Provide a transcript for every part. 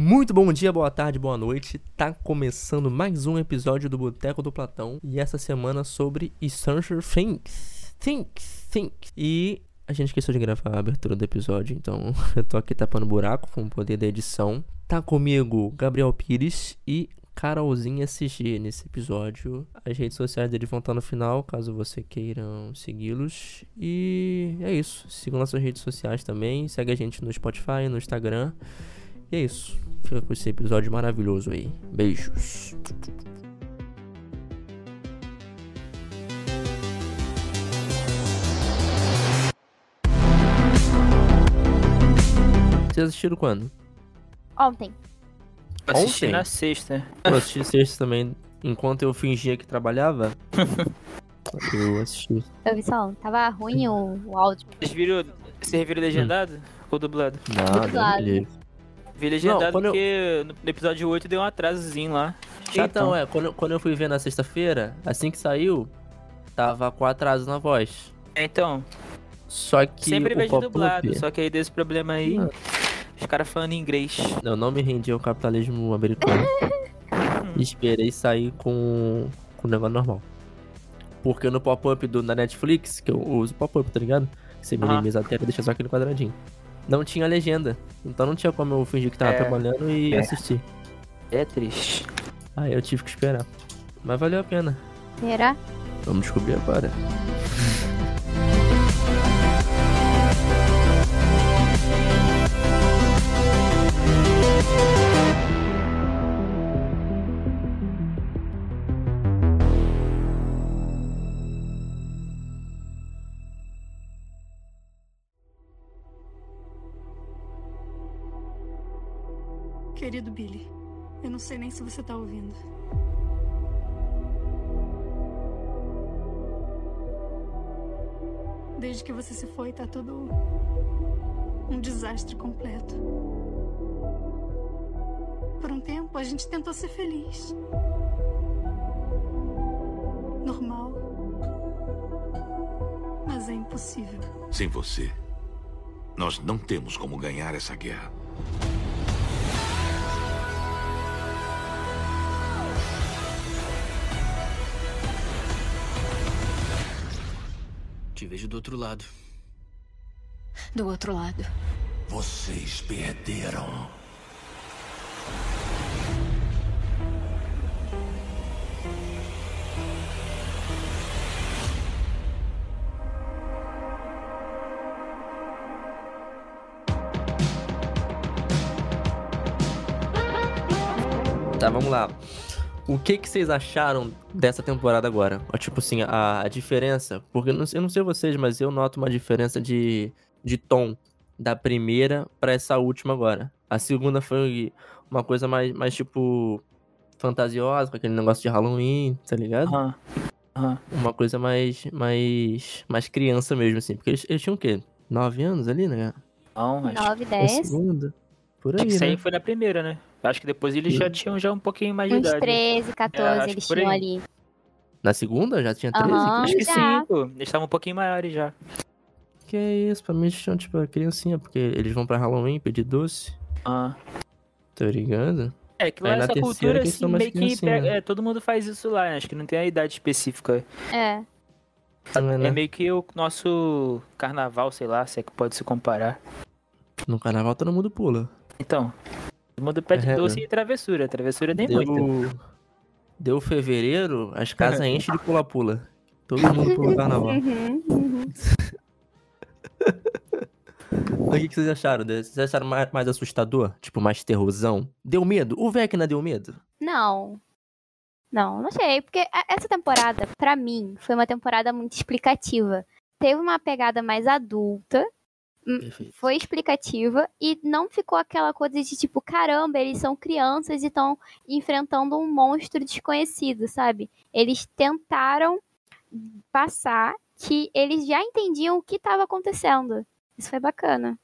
Muito bom dia, boa tarde, boa noite. Tá começando mais um episódio do Boteco do Platão e essa semana sobre Stranger Things. Things, Things. E a gente esqueceu de gravar a abertura do episódio, então eu tô aqui tapando buraco com o poder da edição. Tá comigo Gabriel Pires e Carolzinha SG nesse episódio. As redes sociais dele vão estar no final, caso você queiram segui-los. E é isso. Sigam nossas redes sociais também. Segue a gente no Spotify, no Instagram. E é isso. Fica com esse episódio maravilhoso aí. Beijos. Vocês assistiram quando? Ontem. Assisti Ontem? na sexta. Eu assisti sexta também, enquanto eu fingia que trabalhava. Eu assisti. Eu vi só, ontem. tava ruim o, o áudio. Vocês viram, vocês viram legendado ou dublado? Nada, Claro. beleza. Vi legendado Hum. quando eu- porque no no episódio 8 deu um atrasozinho lá. Então, é, quando, eu- quando eu fui ver na sexta-feira, assim que saiu, tava com atraso na voz. Então, Só é que sempre o vejo pop-up- é. dublado, só que aí desse problema aí, os caras falando em inglês. Eu não me rendi ao capitalismo americano. E Esperei sair com com o negócio normal. Porque no pop-up do- da Netflix, que eu uso pop-up, tá ligado? Que você Aham. minimiza a tela e deixa só aquele quadradinho. Não tinha legenda. Então não tinha como eu fingir que tava É. trabalhando e É. assistir. É triste. Aí eu tive que esperar. Mas valeu a pena. Será? Vamos descobrir agora. Querido Billy, eu não sei nem se você tá ouvindo. Desde que você se foi, tá tudo. um desastre completo. Por um tempo, a gente tentou ser feliz. Normal. Mas é impossível. Sem você, nós não temos como ganhar essa guerra. Te vejo do outro lado. Do outro lado. Vocês perderam. Tá, vamos lá. O que, que vocês acharam dessa temporada agora? Ó, Tipo assim, a, a diferença. Porque eu não, eu não sei vocês, mas eu noto uma diferença de, de tom da primeira pra essa última agora. A segunda foi uma coisa mais, mais tipo. fantasiosa, com aquele negócio de Halloween, tá ligado? Aham. Aham. Uma coisa mais. mais. mais criança mesmo, assim. Porque eles, eles tinham o quê? Nove anos ali, né? Não, Então, acho, 9, A 10, segunda? Por acho aí, É que isso aí né? foi na primeira, né? Acho que depois eles já tinham já um pouquinho mais de uns idade. 13, 14 É, acho eles que por aí. tinham ali. Na segunda já tinha 13? Aham. Acho que Já. sim, pô. Eles estavam um pouquinho maiores já. Que é isso, pra mim eles são tipo criancinha, porque eles vão pra Halloween pedir doce, Aham. tá ligado? É, que lá Aí na essa terceira cultura, que eles assim, são mais meio que criancinha, pega- né? é, todo mundo faz isso lá, né? Acho que não tem a idade específica. É. Não é, né? É meio que o nosso carnaval, sei lá, se é que pode se comparar. No carnaval todo mundo pula. Então, todo mundo pede É. doce e travessura. Travessura nem muito. Deu fevereiro, as casas enchem de pula-pula. Todo mundo pula carnaval. Uhum, uhum. Então, O que, que vocês acharam? desse? Vocês acharam mais, mais assustador? Tipo, mais terrorzão? Deu medo? O Vecna deu medo? Não. Não, não sei. Porque a- essa temporada, pra mim, foi uma temporada muito explicativa. Teve uma pegada mais adulta, Hum, Perfeito. foi explicativa e não ficou aquela coisa de tipo, caramba, eles são crianças e estão enfrentando um monstro desconhecido, sabe? Eles tentaram passar que eles já entendiam o que estava acontecendo. Isso foi bacana.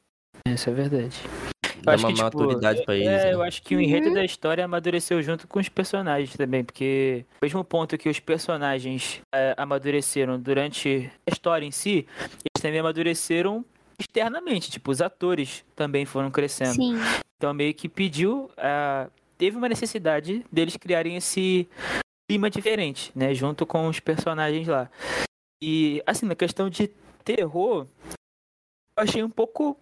Isso é verdade. Dá acho uma que, tipo, maturidade pra eles. É, né? eu acho que o enredo da história amadureceu junto com os personagens também, porque ao mesmo ponto que os personagens é, amadureceram durante a história em si, eles também amadureceram externamente, tipo, os atores também foram crescendo. Sim. Então meio que pediu, ah, teve uma necessidade deles criarem esse clima diferente, né, junto com os personagens lá. E assim, na questão de terror, eu achei um pouco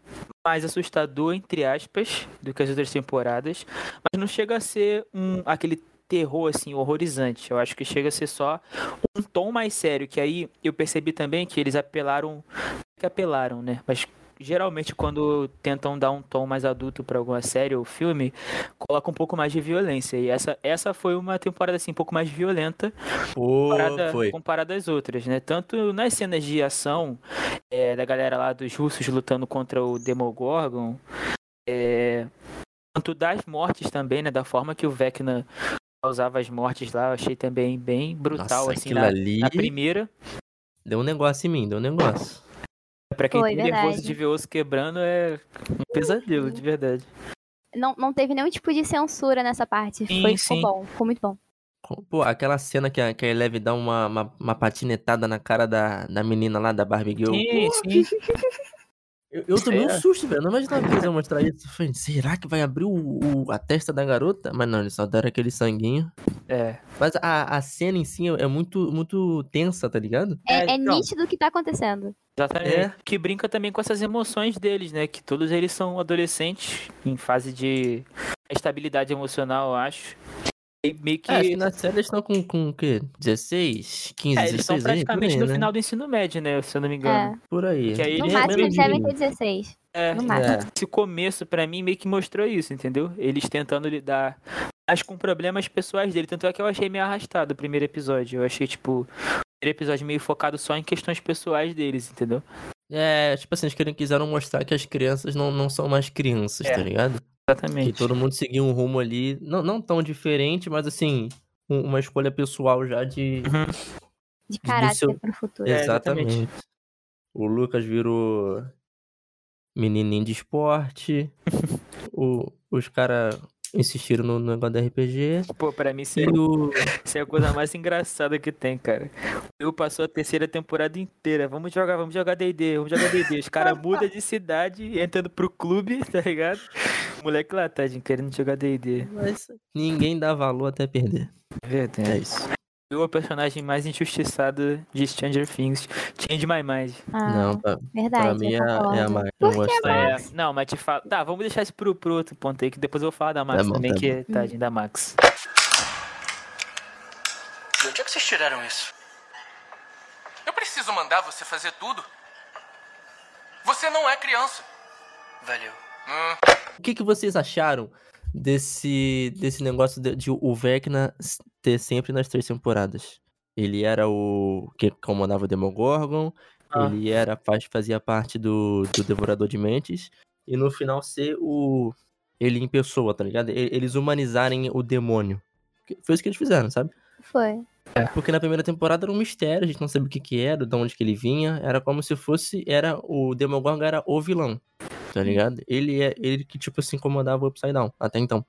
mais assustador entre aspas do que as outras temporadas, mas não chega a ser um aquele terror assim horrorizante. Eu acho que chega a ser só um tom mais sério, que aí eu percebi também que eles apelaram que apelaram, né? Mas geralmente quando tentam dar um tom mais adulto pra alguma série ou filme, coloca um pouco mais de violência. E essa, essa foi uma temporada assim um pouco mais violenta Pô, comparada, foi. comparada às outras, né? Tanto nas cenas de ação é, da galera lá dos russos lutando contra o Demogorgon, é, quanto das mortes também, né? Da forma que o Vecna causava as mortes lá, eu achei também bem brutal, Nossa, assim, aquilo na, ali na primeira. deu um negócio em mim, deu um negócio. Pra quem Foi, tem nervoso verdade. de ver osso quebrando, é um pesadelo, de verdade. Não, não teve nenhum tipo de censura nessa parte. Sim, foi, sim. Ficou bom, ficou muito bom. Pô, aquela cena que a, que a Eleven dá uma, uma, uma patinetada na cara da, da menina lá, da Barbie Girl. Sim, Pô, sim. Eu, eu tomei um É. susto, velho. Não imaginava que eles iam mostrar isso. Eu Falei, será que vai abrir o, o- a testa da garota? Mas não, eles só deram aquele sanguinho. É. Mas a, a cena em si é muito, muito tensa, tá ligado? É, É, é então. nítido o que tá acontecendo. Exatamente. É. Que brinca também com essas emoções deles, né? Que todos eles são adolescentes em fase de estabilidade emocional, eu acho. E meio que. É, acho que na série eles estão com, com o quê? 16, 15, É, eles estão 16 aí? Por praticamente aí, no né? final do ensino médio, né? Se eu não me engano. É. Por aí. Que aí No Ele é máximo meio eles devem ter 16. É, No máximo. esse começo pra mim meio que mostrou isso, entendeu? Eles tentando lidar mas com problemas pessoais dele, tanto é que eu achei meio arrastado o primeiro episódio. Eu achei tipo o primeiro episódio meio focado só em questões pessoais deles, entendeu? É, tipo assim, eles queriam- quiseram mostrar que as crianças não, não são mais crianças, É. tá ligado? Que Exatamente. todo mundo seguiu um rumo ali, não, não tão diferente, mas assim, um- uma escolha pessoal já de... De caráter seu- pro futuro. É, exatamente. exatamente. O Lucas virou menininho de esporte, o- os caras insistiram no negócio da RPG, Pô, pra mim isso e é, o... isso é a coisa mais engraçada que tem, cara. Eu passou a terceira temporada inteira. Vamos jogar, vamos jogar DD, vamos jogar DD. Os caras mudam de cidade, entrando pro clube, tá ligado? O moleque lá, tadinho, querendo jogar DD. mas ninguém dá valor até perder. Verdade. É isso. Eu, a personagem mais injustiçada de Stranger Things. Change my mind. Ah, não, pra, verdade. tá pra mim é, é eu a concordo. Max. Eu Porque gosto da Max. É, não, mas te falo. Tá, vamos deixar isso pro, pro outro ponto aí, que depois eu vou falar da Max Tá bom, também, tá que é tadinho da Max. De onde é que vocês tiraram isso? Eu preciso mandar você fazer tudo. Você não é criança. Valeu. O que, que vocês acharam desse, desse negócio de, de o Vecna s- ter sempre nas três temporadas? Ele era o que comandava o Demogorgon, Ah. ele era faz, fazia parte do, do Devorador de Mentes, e no final ser o ele em pessoa, tá ligado? E- Eles humanizarem o demônio. Que- Foi isso que eles fizeram, sabe? Foi. É. Porque na primeira temporada era um mistério, a gente não sabia o que que era, de onde que ele vinha. Era como se fosse, era o Demogorgon era o vilão, tá ligado? Ele é ele que tipo assim comandava o Upside Down até então.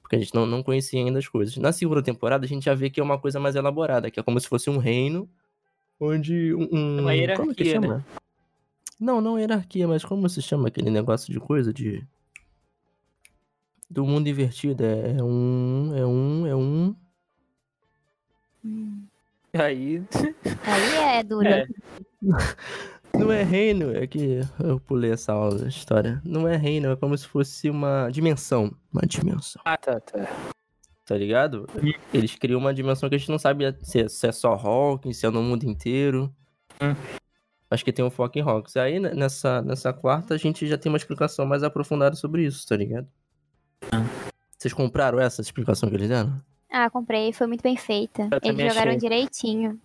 Porque a gente não, não conhecia ainda as coisas. Na segunda temporada a gente já vê que é uma coisa mais elaborada, que é como se fosse um reino onde um, um Uma como é que hierarquia, né? chama? Não, não hierarquia, mas como se chama aquele negócio de coisa de do mundo invertido, é é um, é um, é um Aí. Aí é duro. É. Não é reino, é que eu pulei essa aula, essa história. Não é reino, é como se fosse uma dimensão. Uma dimensão, Ah, tá, tá. tá ligado? Eles criam uma dimensão que a gente não sabe se é, se é só Hawkins, se é no mundo inteiro. Hum. Acho que tem um foco em Hawkins. Aí ne- nessa, nessa quarta a gente já tem uma explicação mais aprofundada sobre isso, tá ligado? Ah. Vocês compraram essa explicação que eles deram? Ah, comprei. Foi muito bem feita. Eles também jogaram achei. direitinho.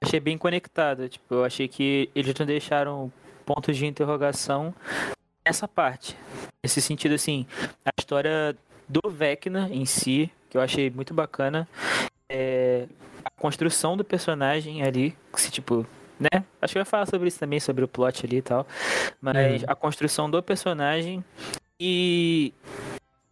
Achei bem conectado. Tipo, eu achei que eles não deixaram pontos de interrogação nessa parte. Nesse sentido, assim, a história do Vecna em si, que eu achei muito bacana. É a construção do personagem ali, que se tipo, né? Acho que eu ia falar sobre isso também, sobre o plot ali e tal. Mas Uhum. a construção do personagem e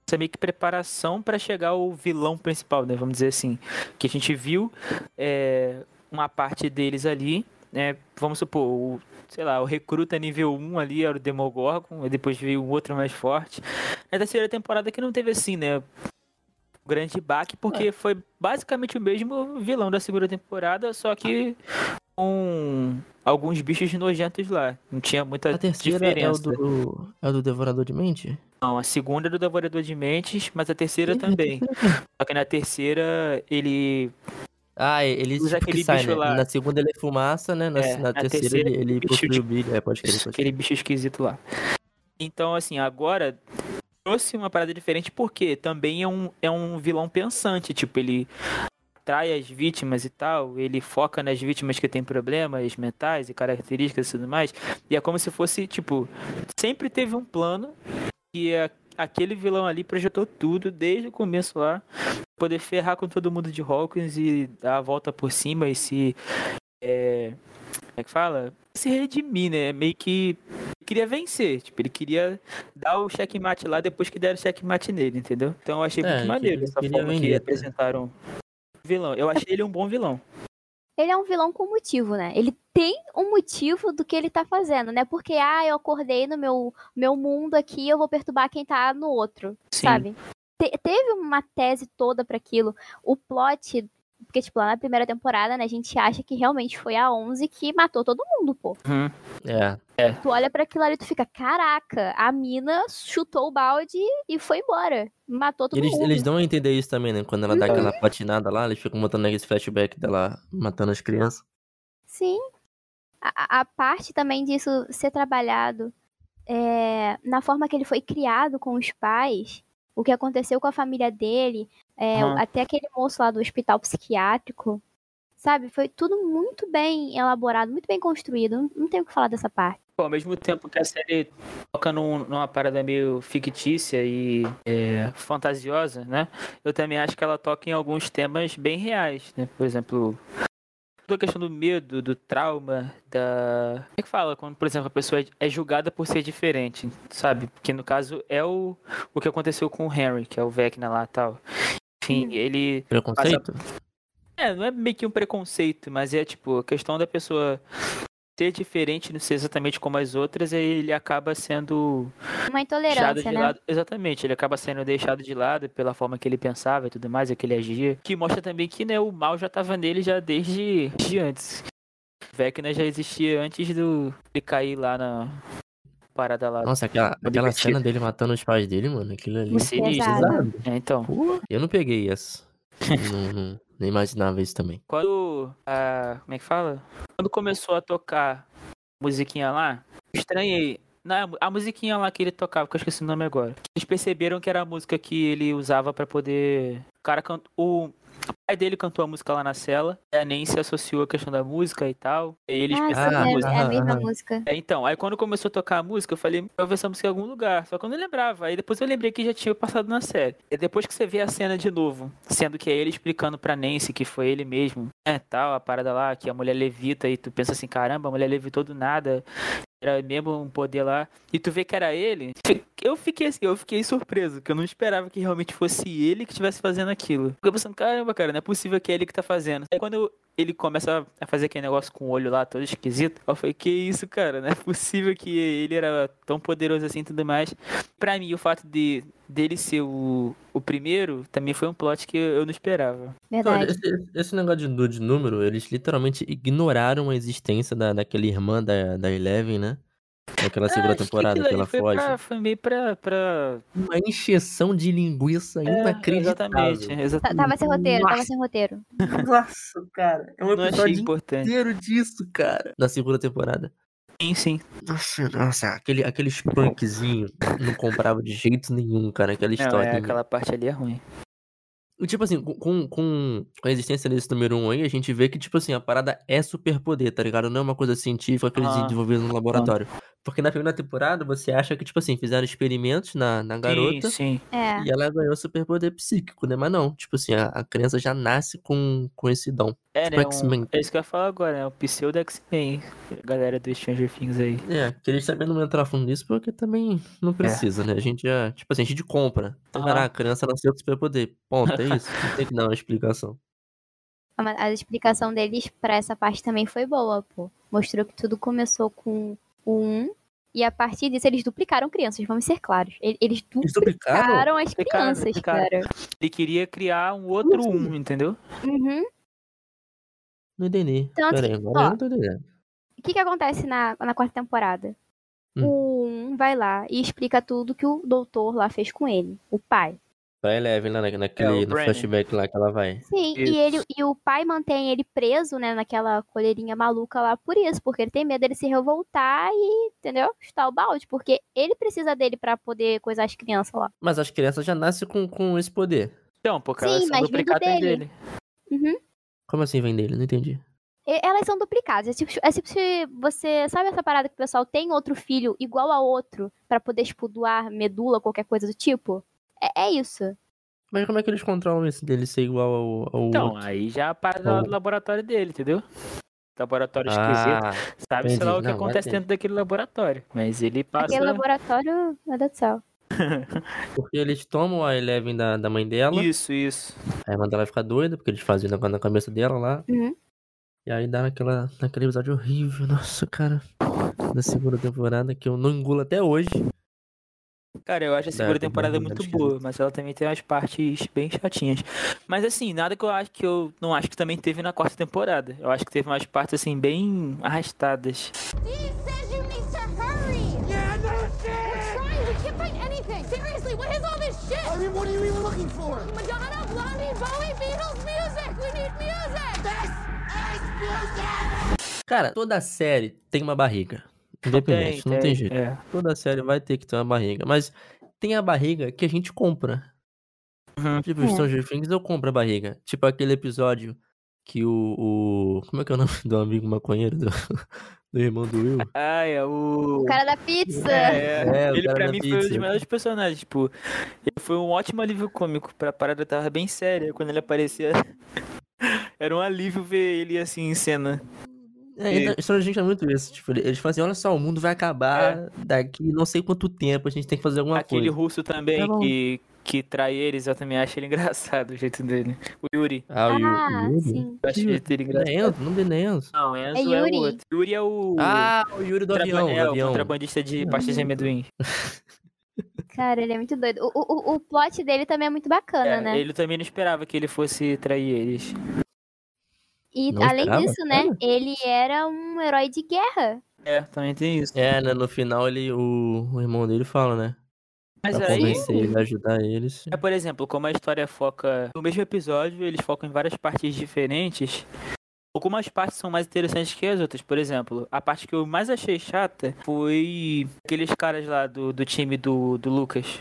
essa meio que preparação pra chegar ao vilão principal, né? Vamos dizer assim. Que a gente viu é, uma parte deles ali. né, vamos supor, o, sei lá, o recruta nível 1 ali era o Demogorgon, e depois veio um outro mais forte. Na terceira temporada que não teve assim, né? Grande baque, É. porque foi basicamente o mesmo vilão da segunda temporada, só que com alguns bichos nojentos lá. Não tinha muita A terceira é o diferença. do. É o do Devorador de Mente? Não, a segunda é do Devorador de Mentes, mas a terceira Ih, a também. terceira Só que na terceira ele Ah, é, ele Usa tipo que aquele sai, bicho né? lá. Na segunda ele é fumaça, né? Na, É, na na terceira, terceira ele, ele bicho possui de- o brilho. É, pode crer, pode crer. aquele bicho esquisito lá. Então, assim, agora trouxe uma parada diferente porque também é um, é um vilão pensante, tipo, ele atrai as vítimas e tal, ele foca nas vítimas que têm problemas mentais e características e tudo mais, e é como se fosse, tipo, sempre teve um plano é e a- aquele vilão ali projetou tudo desde o começo lá, poder ferrar com todo mundo de Hawkins e dar a volta por cima e se... é, como é que fala? Se redimir, né? Meio que queria vencer. Tipo, ele queria dar o checkmate lá depois que deram o checkmate nele, entendeu? Então eu achei É, muito ele maneiro queria- essa queria né? forma que vendetta. apresentaram o vilão. Eu achei ele um bom vilão. Ele é um vilão com motivo, né? Ele tem um motivo do que ele tá fazendo, né? Porque, ah, eu acordei no meu, meu mundo aqui, eu vou perturbar quem tá no outro. Sim. sabe? Te- teve uma tese toda pra aquilo. O plot. Porque, tipo, lá na primeira temporada, né, a gente acha que realmente foi a 11 que matou todo mundo, pô. Uhum. É. Tu olha pra aquilo ali e tu fica, caraca, a mina chutou o balde e foi embora. Matou E todo Eles, mundo. eles dão a entender isso também, né? Quando ela dá aquela patinada lá, eles ficam montando esse flashback dela matando as crianças. Sim. A, a- a parte também disso ser trabalhado é, na forma que ele foi criado com os pais, o que aconteceu com a família dele, é, Aham. até aquele moço lá do hospital psiquiátrico, sabe? Foi tudo muito bem elaborado, muito bem construído. Não, não tem o que falar dessa parte. Pô, ao mesmo tempo que a série toca num- numa parada meio fictícia e é, fantasiosa, né? Eu também acho que ela toca em alguns temas bem reais, né? Por exemplo, toda a questão do medo, do trauma, da... Como é que fala? Quando, por exemplo, a pessoa é julgada por ser diferente, sabe? Que no caso é o, o que aconteceu com o Henry, que é o Vecna lá e tal. Enfim, ele... Preconceito? É, não é meio que um preconceito, mas é tipo, a questão da pessoa ser diferente, não ser exatamente como as outras, e ele acaba sendo Uma deixado de intolerância, né? lado. Exatamente, ele acaba sendo deixado de lado pela forma que ele pensava e tudo mais, e que ele agia. Que mostra também que né, o mal já tava nele já desde de antes. Vecna já existia antes do ele cair lá na parada lá. Nossa, aquela, Tô aquela divertido. cena dele matando os pais dele, mano. Aquilo ali. Muito sinistro. Pesado. pesado. É, então. Pô, Eu não peguei essa. não, não- não imaginava isso também. Quando. a- como é que fala? Quando começou a tocar a musiquinha lá, eu estranhei. Na, a musiquinha lá que ele tocava, que eu esqueci o nome agora. Eles perceberam que era a música que ele usava pra poder. O cara cantou. O pai dele cantou a música lá na cela. E a Nancy se associou à questão da música e tal. E aí eles Ah, pensaram sim, na é- música. é, a mesma aham. música. É, então, aí quando começou a tocar a música, eu falei, eu vi essa música é em algum lugar. Só que eu não lembrava. Aí depois eu lembrei que já tinha passado na série. E depois que você vê a cena de novo, sendo que é ele explicando pra Nancy que foi ele mesmo, né, tal, a parada lá, que a mulher levita, e tu pensa assim, caramba, a mulher levitou do nada. Era mesmo um poder lá. E tu vê que era ele. Eu fiquei assim, eu fiquei surpreso, que eu não esperava que realmente fosse ele que estivesse fazendo aquilo. Fiquei pensando, caramba, cara, não é possível que é ele que tá fazendo. Aí quando eu- ele começa a fazer aquele negócio com o olho lá todo esquisito. Eu falei, que isso, cara? Não é possível que ele era tão poderoso assim e tudo mais. Pra mim, o fato de dele ser o, o primeiro também foi um plot que eu não esperava. Olha, É Verdade. esse, esse negócio de, do- de número, eles literalmente ignoraram a existência da, daquela irmã da, da Eleven, né? Daquela segunda Ah, É, Acho que temporada aquilo que ela ali foi, foge. pra- foi meio pra. pra... Uma encheção de linguiça É, inacreditável. Exatamente, é. exatamente. Tá- Tava sem roteiro, tava sem roteiro. Nossa, cara. É um Não achei importante. inteiro disso, cara. Na segunda temporada. Sim, sim. Nossa, nossa. Aquele, aquele punkzinho não comprava de jeito nenhum, cara. Aquela Não, história. né? é, aquela parte ali é ruim. E, Tipo assim, com- com, com a existência desse número 1 um aí, a gente vê que, tipo assim, a parada é superpoder, tá ligado? Não é uma coisa científica que eles Ah, desenvolveram no laboratório. Porque na primeira temporada, você acha que, tipo assim, fizeram experimentos na, na garota Sim, sim. É. e ela ganhou superpoder psíquico, né? Mas não, tipo assim, a, a criança já nasce com, com esse dom. É, Tipo né? um- X-Men. é isso que eu ia falar agora, né? O pseudo X-Men. Galera do Stranger Things aí. É, queria também não entrar fundo nisso porque também não precisa, né? A gente já, tipo assim, a gente compra. Então, Aham. caraca, a criança nasceu com superpoder. Ponto, é isso. Não tem que dar uma explicação. a, ma- a explicação deles pra essa parte também foi boa, pô. Mostrou que tudo começou com o 1. E a partir disso, eles duplicaram crianças, vamos ser claros. E- Eles Eles duplicaram? duplicaram as Duplicaram, crianças, duplicaram. cara. Ele queria criar um outro assim? um, entendeu? Uhum. Não entendi. Tanto Pera aí, que, agora ó, eu não tô entendendo. O que, que acontece na, na quarta temporada? Hum. O 1 vai lá e explica tudo que o doutor lá fez com ele, o pai. Vai leve lá na- naquele É, o no Brandon. flashback lá que ela vai. Sim, Isso. e, ele, e o pai mantém ele preso, né, naquela coleirinha maluca lá por isso, porque ele tem medo dele se revoltar e, entendeu? Chutar o balde, porque ele precisa dele pra poder coisar as crianças lá. Mas as crianças já nascem com, com esse poder. Então, porque Sim, elas são mas vindo duplicatas dele. é dele. Como assim vem dele? Não entendi. E- elas são duplicadas. É tipo, é tipo se você. Sabe essa parada que o pessoal tem outro filho igual a outro pra poder, tipo, doar medula, qualquer coisa do tipo? É, é isso. Mas como é que eles controlam isso dele ser igual ao, ao Então, outro? aí já para lá do Então- laboratório dele, entendeu? Laboratório é esquisito. Ah, Sabe, sei entendi. lá o que Não, agora acontece entendi. dentro daquele laboratório. Mas ele passa. Aquele laboratório, meu Deus do céu. porque eles tomam a Eleven da, da mãe dela, Isso, isso. aí a irmã dela fica doida, porque eles fazem o negócio na cabeça dela lá. Uhum. E aí dá naquela, naquele episódio horrível, nossa, cara, da segunda temporada, que eu não engulo até hoje. Cara, eu acho a Da- segunda da- da- temporada da- muito da- boa, mas ela também tem umas partes bem chatinhas. Mas assim, nada que eu acho que eu não acho que também teve na quarta temporada. Eu acho que teve umas partes assim bem arrastadas. Steve says you need to hurry! Yeah, no shit! We're trying, we can't find anything! Seriously, what is all this shit? I mean, what are you even looking for? Madonna, Blondie, Bowie, Beatles, music! We need music! This is music! Cara, toda série tem uma barriga. Independente, não tem jeito. É. Toda série vai ter que ter uma barriga. Mas tem a barriga que a gente compra. Uhum. Tipo, É. Stranger Things eu compro a barriga. Tipo aquele episódio que o. o- Como é que é o nome do amigo maconheiro do, do irmão do Will? Ah, é o. O cara da pizza. É, é. É, o ele cara pra da mim foi um dos pizza. melhores personagens, tipo, ele foi um ótimo alívio cômico, pra parada tava bem séria quando ele aparecia. Era um alívio ver ele assim em cena. É, então, Stranger Things é muito isso. Tipo, eles falam assim: olha só, o mundo vai acabar daqui não sei quanto tempo, a gente tem que fazer alguma É. Aquele coisa. russo também Tá bom. que, que trai eles, eu também acho ele engraçado o jeito dele. O Yuri. Ah, o Yu- Ah, Yuri? sim. Eu acho o jeito dele engraçado. Enzo, o nome dele não é Enzo. Não, Enzo é, Yuri. o outro. Yuri é o. Ah, o Yuri do contra- avião, é, do o avião. Ah. contrabandista de pastas de amendoim. Cara, ele é muito doido. O, o, o- o plot dele também é muito bacana, É, né? Ele também não esperava que ele fosse trair eles. E Não além esperava, disso, né? Ele era um herói de guerra. É, também tem isso. É, né, no final ele, o, o irmão dele fala, né? Mas pra aí. convencer ele a ajudar eles. É, por exemplo, como a história foca no mesmo episódio, eles focam em várias partes diferentes. Algumas partes são mais interessantes que as outras. Por exemplo, a parte que eu mais achei chata foi aqueles caras lá do, do time do, do Lucas.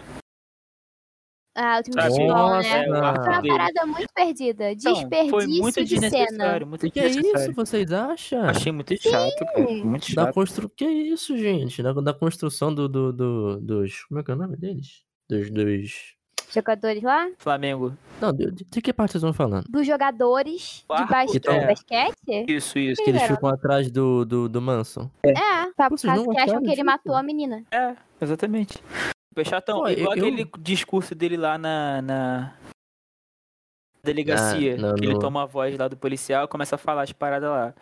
Ah, o time de Sabe? futebol, Nossa, né? É, o arco Foi uma dele. parada muito perdida. Então, Desperdício foi muito de cena. desnecessário, muito Que é isso, desnecessário. vocês acham? Achei muito chato, cara. Muito Da chato. constru... Que é isso, gente? Da, da construção do, do, do- dos. Como é que é o nome deles? Dos. dos... Jogadores lá? Flamengo. Não, de, de- de que parte vocês estão falando? Dos jogadores O de arco basquete. dele. basquete? Isso, isso. Que eles era? ficam atrás do, do, do Manson. É, pra Vocês caso não que acham gostaram que ele disso? matou a menina. É, exatamente. Foi chatão. Pô, igual eu- eu- aquele discurso dele lá na. na Delegacia, na- que ele no- toma a voz lá do policial e começa a falar as paradas lá.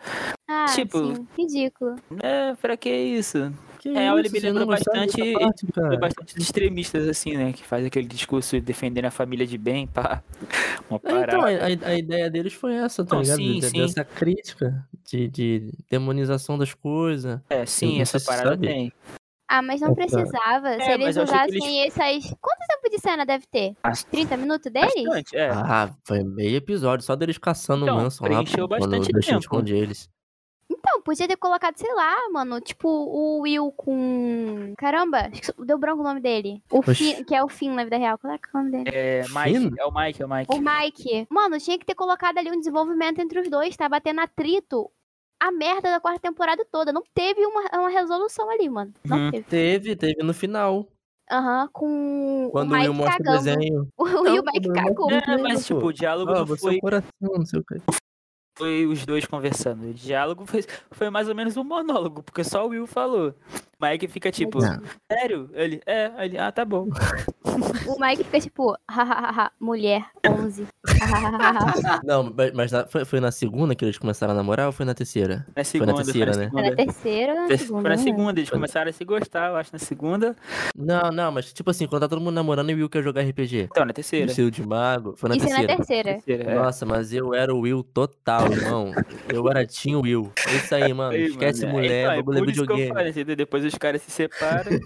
Ah, Tipo- sim. Ridículo. É, pra que isso? Que É, isso, ele me vocês lembrou não gostaram dessa bastante- parte, Tem cara? bastante extremistas, assim, né? Que faz aquele discurso defendendo a família de bem, pá. É, então, Uma a, parada. a- a ideia deles foi essa, tá Não, ligado? sim, De- sim. Dessa crítica de, de demonização das coisas. é, sim, não essa sei se parada sabe. tem. Ah, mas não Opa. precisava. Se É, eles mas eu achei que usassem essas. Quanto tempo de cena deve ter? As- 30 minutos deles? Bastante, é. Ah, foi meio episódio só deles caçando Então, o Manson lá. preencheu pô, bastante quando deixa tempo. esconder eles. Então, podia ter colocado, sei lá, mano, tipo o Will com. Caramba, esqueci- deu branco o nome dele. O Oxi. Finn, que é o Finn na vida real. Qual é que é o nome dele? É, Fino? Mike, é o Mike, é o Mike. O Mike. Mano, tinha que ter colocado ali um desenvolvimento entre os dois. Tava tendo atrito a merda da quarta temporada toda. Não teve uma, uma resolução ali, mano. Não Uhum. teve. Teve, teve no final. Aham, com. Quando o o né? Mike Will mostra o cagando. desenho. O Will e o Mike cagou. É, mas, tipo, o diálogo Ah, não você é foi, o coração, não sei o que. foi os dois conversando. O diálogo foi, foi mais ou menos um monólogo, porque só o Will falou. Mike fica tipo, Não. sério? Ele, é, ele, ah, tá bom. O Mike fica tipo, hahaha, mulher, 11. Não, mas- mas na- foi, foi na segunda que eles começaram a namorar ou foi na terceira? Na segunda, terceira, né? Era a terceira ou na Terce- Foi segunda? na né? segunda, eles Foi na- começaram a se gostar, eu acho, na segunda. Não, não, mas tipo assim, quando tá todo mundo namorando e o Will quer jogar RPG. Então, na terceira. Estilo de mago. Foi na Isso é na terceira. terceira. Terceira, é. Nossa, mas eu era o Will total, irmão. Eu era Team Will. É isso aí, mano. Aí, Esquece mano, é- mulher, então, é vamos ler por isso que eu videogame. falei, entendeu? Depois os caras se separam.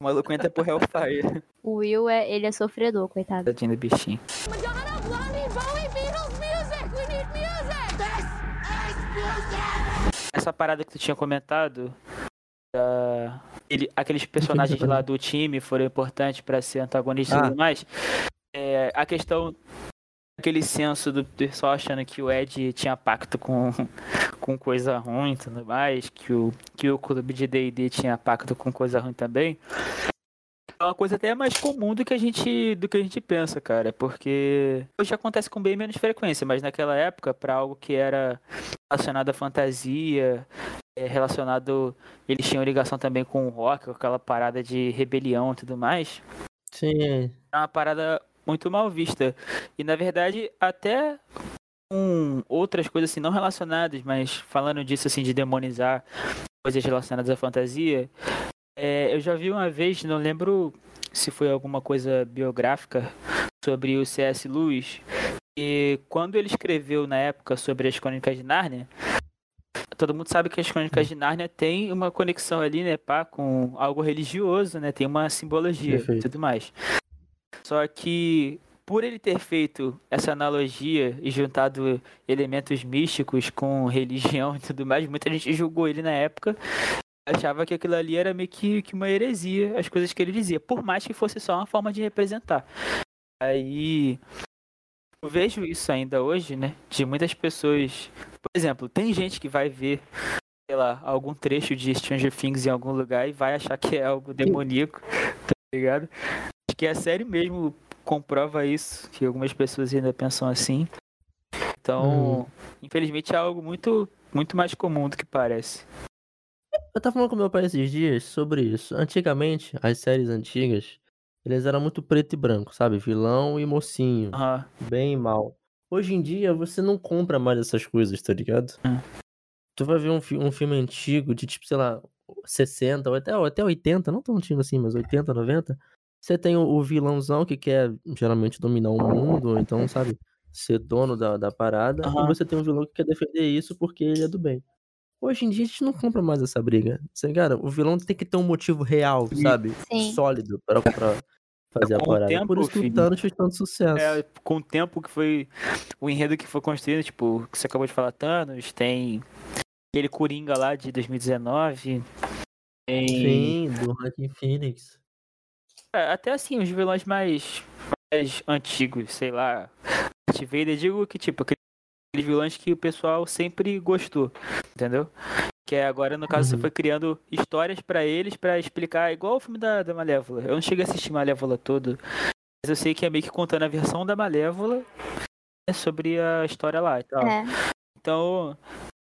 O maluco entra pro Hellfire. O Will, é, ele é sofredor, coitado. Tadinho do bichinho. Madonna, Blondie, Bowie, Beatles music! We need music! This is music! Essa parada que tu tinha comentado. da- ele- aqueles personagens lá do time foram importantes pra ser antagonista e Ah. tudo mais. É, a questão. Aquele senso do pessoal achando que o Ed tinha pacto com, com coisa ruim e tudo mais, que o, que o clube de DD tinha pacto com coisa ruim também. É uma coisa até mais comum do que a gente, do que a gente pensa, cara, porque hoje acontece com bem menos frequência, mas naquela época, pra algo que era relacionado à fantasia, é, relacionado. Eles tinham ligação também com o rock, com aquela parada de rebelião e tudo mais. Sim. É uma parada muito mal vista. E na verdade, até com outras coisas assim não relacionadas, mas falando disso assim de demonizar coisas relacionadas à fantasia, é, eu já vi uma vez, não lembro se foi alguma coisa biográfica sobre o C.S. Lewis, e quando ele escreveu na época sobre as Crônicas de Nárnia, todo mundo sabe que as Crônicas de Nárnia tem uma conexão ali, né, pá, com algo religioso, né, tem uma simbologia e Perfeito. tudo mais. Só que por ele ter feito essa analogia e juntado elementos místicos com religião e tudo mais, muita gente julgou ele na época. Achava que aquilo ali era meio que, que uma heresia, as coisas que ele dizia, por mais que fosse só uma forma de representar. Aí eu vejo isso ainda hoje, né? De muitas pessoas. Por exemplo, tem gente que vai ver, sei lá, algum trecho de Stranger Things em algum lugar e vai achar que é algo demoníaco, tá ligado? Acho que a série mesmo comprova isso, que algumas pessoas ainda pensam assim. Então, infelizmente é algo muito, muito mais comum do que parece. Eu tava falando com meu pai esses dias sobre isso. Antigamente, as séries antigas, eles eram muito preto e branco, sabe? Vilão e mocinho, Aham. bem e mal. Hoje em dia, você não compra mais essas coisas, tá ligado? Hum. Tu vai ver um, fi- um filme antigo de tipo, sei lá, 60 ou até, ou até 80, não tão antigo assim, mas 80, 90. Você tem o, o vilãozão que quer geralmente dominar o mundo, ou então, sabe, ser dono da, da parada. Aham. E você tem um vilão que quer defender isso porque ele é do bem. Hoje em dia a gente não compra mais essa briga. Você, cara, o vilão tem que ter um motivo real, sabe? Sim. Sólido pra, pra fazer a Com o parada. tempo, Por isso que filho. o Thanos fez tanto sucesso. É, com o tempo que foi. O enredo que foi construído, tipo, o que você acabou de falar, Thanos, tem aquele Coringa lá de 2019. Tem. Sim, do Hacking Phoenix. É, Até assim, os vilões mais, mais antigos, sei lá. Darth Vader, digo que tipo, aqueles aqueles vilões que o pessoal sempre gostou, entendeu? Que é agora, no caso, você Uhum. foi criando histórias pra eles pra explicar, igual o filme da, da Malévola. Eu não cheguei a assistir Malévola todo, mas eu sei que é meio que contando a versão da Malévola né, sobre a história lá e tal. É. Então,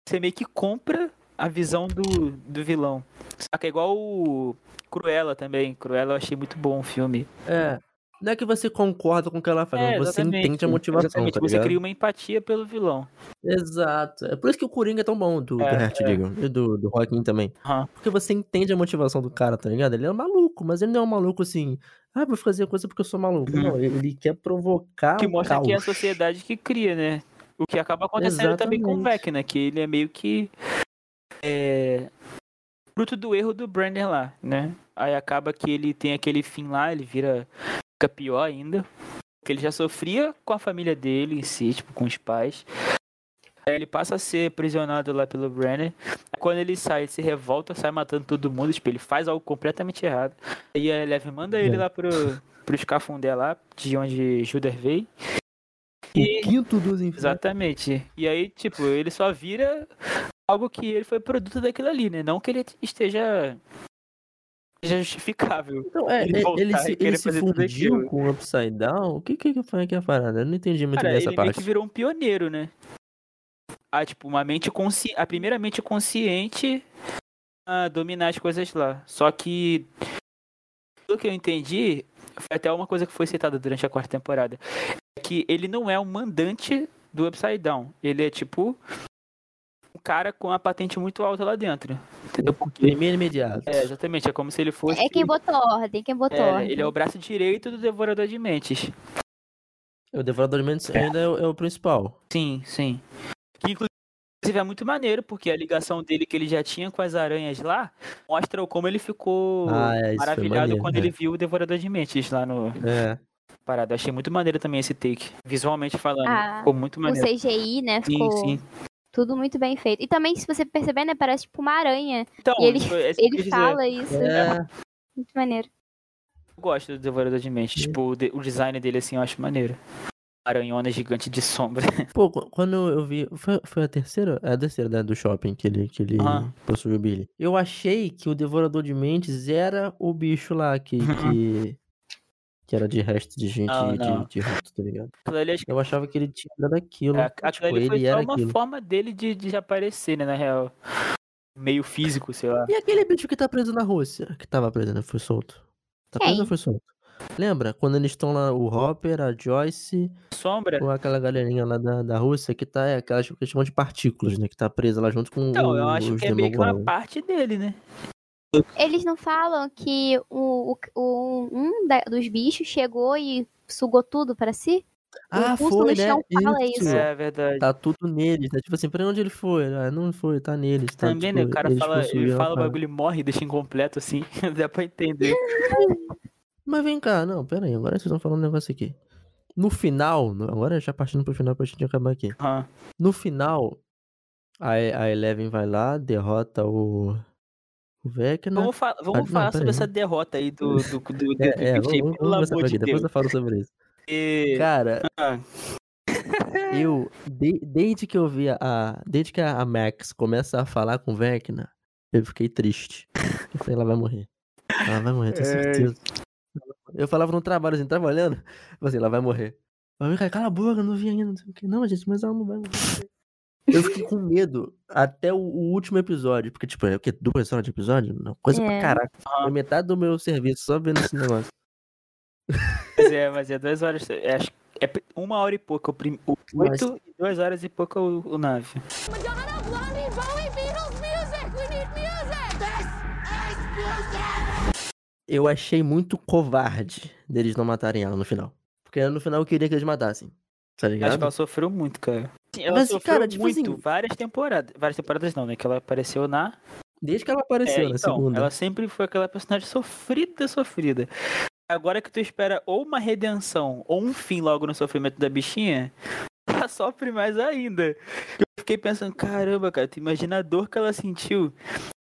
você meio que compra a visão do, do vilão. Saca? É igual o Cruella também. Cruella eu achei muito bom o filme. É. Não é que você concorda com o que ela faz, mas É, você exatamente. entende a motivação, Exatamente, tá você ligado? cria uma empatia pelo vilão. Exato. É por isso que o Coringa é tão bom do, do É, Hert é. Diggle e do, do Joaquim também. Aham. Porque você entende a motivação do cara, tá ligado? Ele é um maluco, mas ele não é um maluco assim, ah, vou fazer coisa porque eu sou maluco. Uhum. Não, ele quer provocar Que o mostra Tá um caos. que é a sociedade que cria, né? O que acaba acontecendo também com o Exatamente. Vec, né? Que ele é meio que. É, fruto do erro do Brander lá, né? Aí acaba que ele tem aquele fim lá, ele vira. Fica pior ainda. Porque ele já sofria com a família dele em si, tipo, com os pais. Aí ele passa a ser aprisionado lá pelo Brenner. Aí Quando ele sai, ele se revolta, sai matando todo mundo. Tipo, ele faz algo completamente errado. Aí a Eleven manda ele É. lá pro, pro escafundé lá, de onde Judas veio. O quinto dos infernos. Exatamente. E aí, tipo, ele só vira algo que ele foi produto daquilo ali, né? Não que ele esteja, esteja justificável. Então, é, Ele ele, voltar ele e se, querer ele se fazer tudo fundiu aquilo. com o Upside Down? O que que que foi aqui a parada? Eu não entendi muito Cara, bem essa ele meio parte. que virou um pioneiro, né? Ah, tipo, uma mente consci... a primeira mente consciente a dominar as coisas lá. Só que, pelo que eu entendi, foi até uma coisa que foi citada durante a quarta temporada, é que ele não é o mandante do Upside Down. Ele é tipo um cara com a patente muito alta lá dentro. Entendeu? Porque, Primeiro imediato. é, exatamente, é como se ele fosse... É quem botou ordem, quem botou né? É, ordem. ele é o braço direito do Devorador de Mentes. É, O Devorador de Mentes ainda é o, é o principal. Sim, sim. Que inclusive é muito maneiro, porque a ligação dele que ele já tinha com as aranhas lá mostra o como ele ficou Ah, é, isso foi maravilhado maneiro, quando é. ele viu o Devorador de Mentes lá no É. parado. Achei muito maneiro também esse take. Visualmente falando, Ah, ficou muito O maneiro. CGI, né? Sim, Ficou sim. tudo muito bem feito. E também, se você perceber, né? Parece tipo uma aranha. Então, E ele- é isso que eu Ele quis dizer. fala isso. É. Muito maneiro. Eu gosto do Devorador de Mentes. Tipo, o, de- o design dele, assim, eu acho maneiro. Aranhona gigante de sombra. Pô, qu- quando eu vi. Foi, foi a terceira? É a terceira, né? Do shopping que ele, que ele Aham. possuiu o Billy. Eu achei que o Devorador de Mentes era o bicho lá que. que... que era de resto de gente Não, de, não. de rato, tá ligado? Aquilo ali, acho que- Eu achava que ele tinha dado aquilo. a- tipo, É, aquilo ali ele foi só era uma aquilo. forma dele de, de aparecer, né, na real. Meio físico, sei lá. E aquele bicho que tá preso na Rússia? Que tava preso, né? Foi solto. Tá preso Quem? ou foi solto? Lembra? Quando eles estão lá, o Hopper, a Joyce, Sombra? ou aquela galerinha lá da, da Rússia que tá, é aquelas que chamam de partículas, né? Que tá presa lá junto com Então, o, eu acho os que é meio que uma Demogorgon. parte dele, né? Eles não falam que o, o- o- um da- dos bichos chegou e sugou tudo pra si? um Ah, curso foi, no chão né? fala isso. Isso. É verdade. Tá tudo neles, né? Tipo assim, pra onde ele foi? Ah, não foi, tá neles. Tá, Também, né? tipo, O cara eles fala, ele possuíam a fala o parada. bagulho e morre e deixa incompleto, assim. Dá pra entender. Mas vem cá, não, pera aí, agora vocês estão falando um negócio aqui. No final, no- agora já partindo pro final pra gente acabar aqui. Ah, No final, a, E- a Eleven vai lá, derrota o. O Vecna. Vamos, fa- vamos não, falar sobre peraí. essa derrota aí do, do, do, do É, é, Detetive, vamos, vamos, pelo vamos amor aqui, de depois Deus. eu falo sobre isso. E- Cara, Ah, eu. de- desde que eu vi a- a. Desde que a a Max começa a falar com o Vecna, eu fiquei triste. Eu falei, ela vai morrer. Ela vai morrer, tenho É. certeza. Eu falava no trabalho, assim, trabalhando. Eu falei assim, ela vai morrer. Mas vem cá, cala a boca, eu não vi ainda, não sei o quê. Não, gente, mas ela não vai morrer. Eu fiquei com medo até o, o último episódio. Porque, tipo, é o quê? Duas horas de episódio? Não, coisa pra É. caraca. Foi metade do meu serviço só vendo esse negócio. mas é, mas é duas horas. É, acho- é p- uma hora e pouco o prim- o Mas- oito e duas horas e pouco é o, o nave. Madonna, Blondie, Bowie, Beatles, music! We need music! This is music! Eu achei muito covarde deles não matarem ela no final. Porque no final eu queria que eles matassem. Tá Acho que ligado? ela sofreu muito, cara. Sim, ela Mas, sofreu cara, tipo muito, assim- várias temporadas. Várias temporadas não, né? Que ela apareceu na Desde que ela É, apareceu na então, segunda. ela sempre foi aquela personagem sofrida, sofrida. Agora que tu espera ou uma redenção ou um fim logo no sofrimento da bichinha, ela sofre mais ainda. Eu fiquei pensando, caramba, cara, tu imagina a dor que ela sentiu.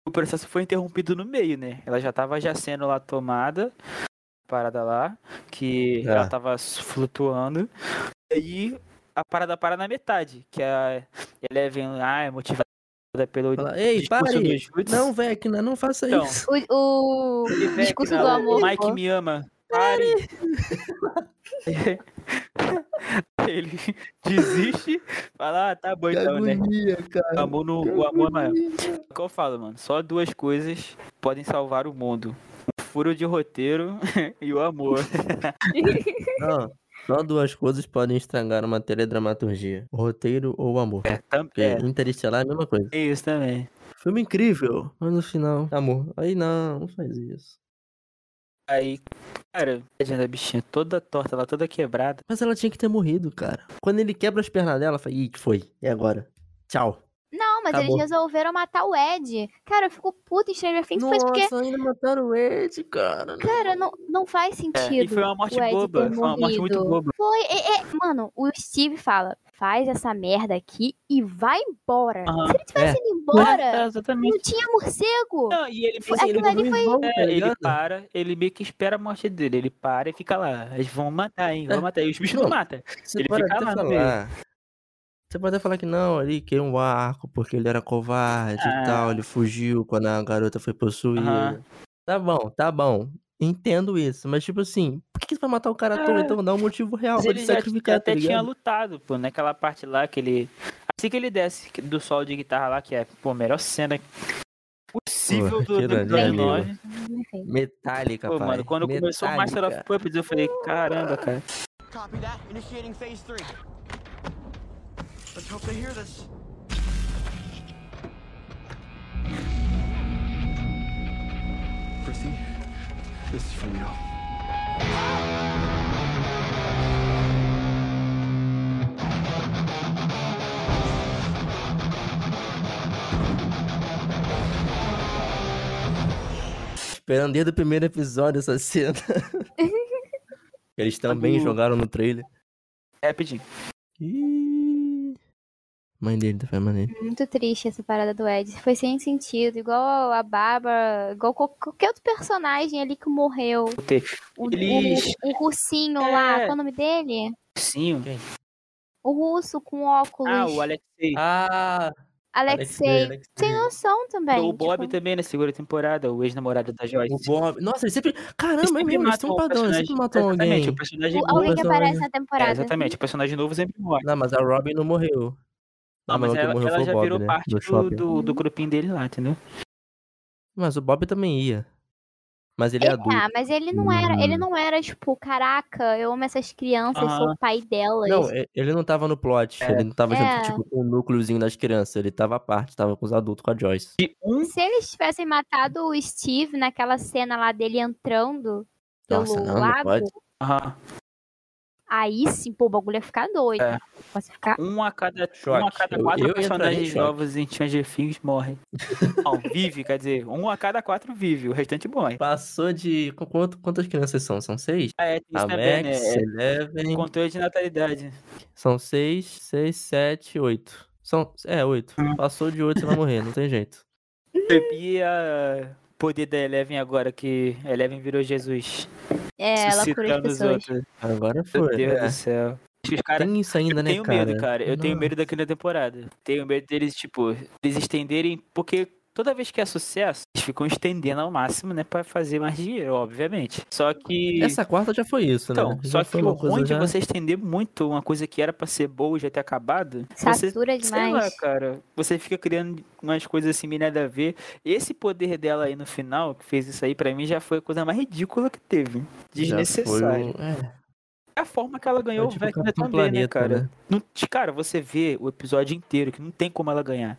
O processo foi interrompido no meio, né? Ela já tava já sendo lá tomada, parada lá, que É. ela tava s- flutuando. E aí a parada para na metade, que a Eleven lá é motivada pelo Fala, "Ei, discurso pare! do Jutsu. Não, Vecna, não faça Então, isso. O, o Ele vem discurso aqui do na- amor. Mike me ama. Pare. Ele desiste, fala, ah, tá bom Que então, né? agonia, cara. O amor, no, o amor é maior. É o que eu falo, mano. Só duas coisas podem salvar o mundo. O furo de roteiro e o amor. Não, só duas coisas podem estragar uma teledramaturgia: o roteiro ou o amor. É, tam- Porque é, Interestelar é a mesma coisa. é isso também. Filme incrível, mas no final, amor. Aí não, não faz isso. Aí, cara, tadinha da bichinha toda torta, ela toda quebrada. Mas ela tinha que ter morrido, cara. Quando ele quebra as pernas dela, fala, ih, que foi? E agora? Tchau. Não, mas Acabou. eles resolveram matar o Ed. Cara, eu fico puta em Stranger Things por isso, porque, Nossa, ainda mataram o Ed, cara. cara, não, não faz É, sentido. e foi uma morte o Ed boba. ter Foi uma morte muito morrido. boba. Foi, é, é, mano, o Steve fala, faz essa merda aqui e vai embora. Aham. Se ele tivesse É. ido embora, É, exatamente. É. não tinha tipo, morcego. Não, e ele Foi- aquilo ali foi- irmão, É, tá ele ligado? para, ele meio que espera a morte dele. Ele para e fica lá. Eles vão matar, hein? É. Vão matar. E os bichos não Não. matam. Você Ele pode fica até lá no falar. Você pode até falar que não, ele queria um arco porque ele era covarde Ah. e tal, ele fugiu quando a garota foi possuída. Aham. Tá bom, tá bom. Entendo isso, mas tipo assim, por que que você vai matar o cara à toa? É. Então dá um motivo real Mas pra ele ele já, sacrificar, até tá tinha ligado? lutado, pô, naquela parte lá que ele. Assim que ele desce do solo de guitarra lá, que é, pô, a melhor cena. possível Pô, do que do doido, né, Dragon Ball. Enfim. Metallica, Pô, pai. mano, quando começou o Master of Metallica. Puppets, eu falei, caramba, cara. Copy that. Initiating phase three. Let's hope they hear this. Prissy, this is for you. Esperando desde o primeiro episódio essa cena. Eles também Sabe o- jogaram no trailer. É, rapidinho. Ih. Mãe dele, tá falando dele. Muito triste essa parada do Ed. Foi sem sentido. Igual a Baba, igual qual- qualquer outro personagem ali que morreu. Voltei. O, Eles- o, o russinho É. lá, qual é o nome dele? Sim. O russo com óculos. Ah, o Alexei. Ah! Alexei. Alexei. Sem noção também. o tipo, Bob também na segunda temporada, o ex-namorado da Joyce. O Bob. Nossa, ele sempre. Caramba, Eles é mesmo, eles matam são um o padrão, eles personagem- sempre matam Exatamente, alguém. o personagem o- novo. alguém que personagem- aparece na É, temporada. exatamente, o personagem novo sempre morre. Não, mas a Robin não morreu. Não, mas o Ah, que ela, morreu ela foi o já Bob, virou né? parte do do, shopping. do, do grupinho dele lá, entendeu? Mas o Bob também ia. Mas ele é Ele, adulto. ah, mas ele não era, ele não era, tipo, caraca, eu amo essas crianças, sou o pai delas. Não, e- ele não tava no plot. É. Ele não tava É. junto, tipo, com o núcleozinho das crianças. Ele tava à parte, tava com os adultos, com a Joyce. De um Se eles tivessem matado o Steve naquela cena lá dele entrando pelo Nossa, não, não lago, pode. Aham. aí sim, pô, o bagulho ia ficar doido. É. Posso ficar. Um a cada, Choque. um a cada Eu- quatro eu entraria em personagens choque. novos em Stranger Things morrem. Não, vive, quer dizer, um a cada quatro vive, o restante morre. Passou de. qu- quanto- quantas crianças são? São seis? Ah, é, tem isso A também, né? Max, É, Eleven. Controle de natalidade. São seis, seis, sete, oito. São. É, oito. Passou de oito, você vai morrer, não tem jeito. E a poder da Eleven agora, que a Eleven virou Jesus. É, ela cura as suscitando os pessoas. outros. Agora Meu foi. Deus né? do céu. Acho que Os caras Tem isso ainda, Eu né, tenho cara? medo, cara. Eu tenho Nossa. medo daquele temporada. Tenho medo deles, tipo, eles estenderem, porque toda vez que é sucesso, eles ficam estendendo ao máximo, né, Pra fazer mais dinheiro, obviamente. Só que Essa quarta já foi isso, então, né? só já que foi o uma coisa ruim de já- você estender muito uma coisa que era pra ser boa e já ter acabado, você Satura Sei lá, demais. cara. Você fica criando umas coisas assim, meio nada a ver. Esse poder dela aí no final, que fez isso aí, pra mim já foi a coisa mais ridícula que teve. já Desnecessário. Foi o... é, A forma que ela ganhou é o tipo Vecna Capitão também, né, Planeta, cara? né? Não- cara, você vê o episódio inteiro, que não tem como ela ganhar.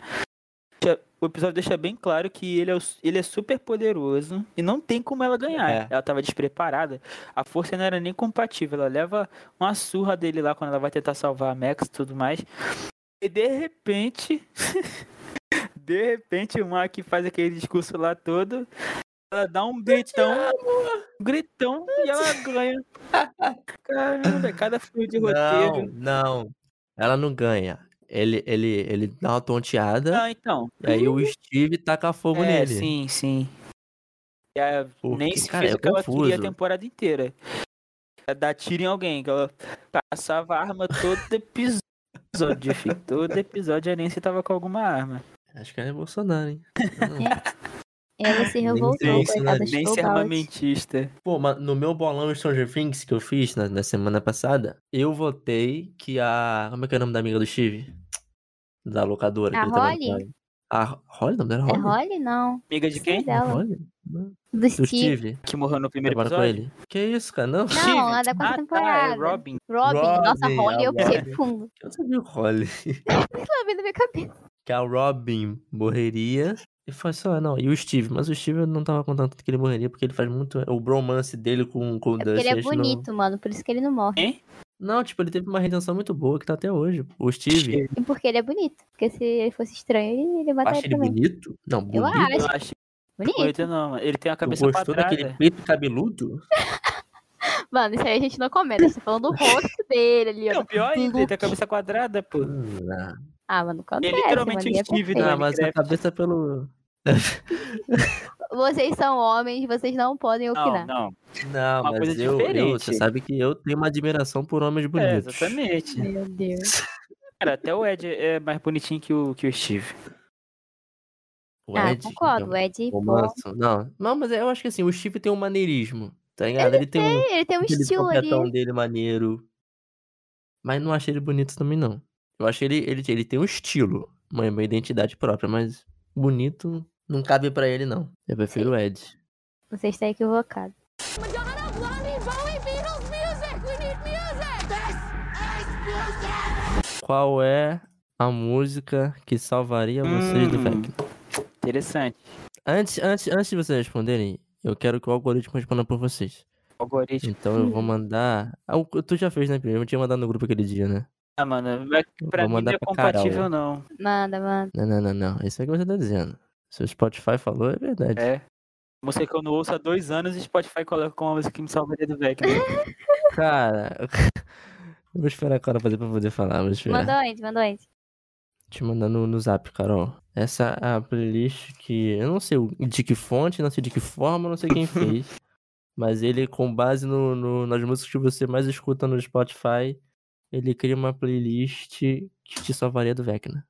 Deixa- O episódio deixa bem claro que ele é, o- ele é super poderoso e não tem como ela ganhar. É. Ela tava despreparada, a força não era nem compatível. Ela leva uma surra dele lá quando ela vai tentar salvar a Max e tudo mais. E de repente. de repente o Mark faz aquele discurso lá todo. Ela dá um gritão. Um gritão e ela ganha. Caramba, cada fio de Não, roteiro. não. Ela não ganha. Ele, ele, ele dá uma tonteada, Não, então. e aí o Steve taca fogo é, nele. sim, sim. E a Porque, Nancy cara, fez é o que ela queria a confuso. temporada inteira. Ela Dar tiro em alguém, que ela passava arma todo episódio, filho. Todo episódio a Nancy tava com alguma arma. Acho que é Bolsonaro, hein? Ela se sei revoltou, se coitada, ela- Nancy chutou o balde. armamentista. Pô, mas no meu bolão Stranger Things que eu fiz na, na semana passada, eu votei que a. Como é que é o nome da amiga do Steve? Da locadora. A que ele trabalha Holly? com ela. A Holly? O nome dela É era Holly? Holly? Não. Amiga de quem? É Dela. Holly? Não. Do Do Steve. Steve? Que morreu no primeiro Trabalha com episódio? ele? Que isso, cara? Não. Steve. Não, ela é da quarta Ah, tá, é temporada. Robin. Robin. Nossa, Robin, Holly, a eu Robin. fiquei fundo. Eu não sabia o Holly. Tá vindo na minha cabeça. que a Robin morreria. E foi só, não, e o Steve, mas o Steve eu não tava contando tanto que ele morreria, porque ele faz muito. O bromance dele com, com o É Dusty. porque ele é acho que não- bonito, mano, por isso que ele não morre. Não, tipo, ele teve uma redenção muito boa que tá até hoje. O Steve, E porque ele é bonito. Porque se ele fosse estranho, ele, ele acha mataria ele também. bonito? Não, bonito. Eu acho. Eu acho Bonito. bonito, não. mano. Ele tem a Tu cabeça gostou quadrada. daquele peito cabeludo? Mano, isso aí a gente não comenta. A gente tá falando do rosto dele ali, ó. Não, pior ainda, ele tem a cabeça quadrada, pô. Ah, Ah, mano, Ele acontece. literalmente né, mano, ninguém é Steve do perfeito. não, mas a cabeça pelo. Vocês são homens, vocês não podem Não, opinar. não. É, Não, Uma mas coisa eu, eu. Você diferente. sabe que eu tenho uma admiração por homens É, bonitos. exatamente. Meu Deus. Cara, até o Ed é mais bonitinho que o, que o Steve. O Ah, Ed, concordo. O é Ed, um pô, romanço. Não, não, mas eu acho que assim, o Steve tem um maneirismo. Tá ligado? Ele, tem um. ele tem um aquele estilo ali. topetão dele maneiro. Mas não achei ele bonito também, não. Eu acho ele, ele, ele tem um estilo, uma, uma identidade própria, mas bonito, Não cabe pra ele, não. Eu prefiro o Ed. Você está equivocado. Madonna, Blondie, Bowie, Beatles, music. We need music. Qual é a música que salvaria vocês do Hum. Fecno? Interessante. Antes, antes, antes de vocês responderem, eu quero que o algoritmo responda por vocês. Algoritmo. Então eu vou mandar. Ah, o- Tu já fez, né, Primeiro? Eu tinha mandado no grupo aquele dia, né? Ah, mano, vai- pra Vou mim não mandar é pra Carol. compatível, não. Manda, manda. Não, não, não, não. Isso é que você tá dizendo. Se o Spotify falou, é verdade. É. Música que eu não ouço há dois anos e Spotify coloca como uma música que me salvaria do Vecna. Cara. Eu vou esperar a Carol fazer pra poder falar. Vou esperar. Mandou antes, mandou antes. Te mandar no, no zap, Carol. Essa é a playlist que. Eu não sei o- de que fonte, não sei de que forma, não sei quem fez. mas ele, com base no, no- nas músicas que você mais escuta no Spotify, ele cria uma playlist que te salvaria do Vecna.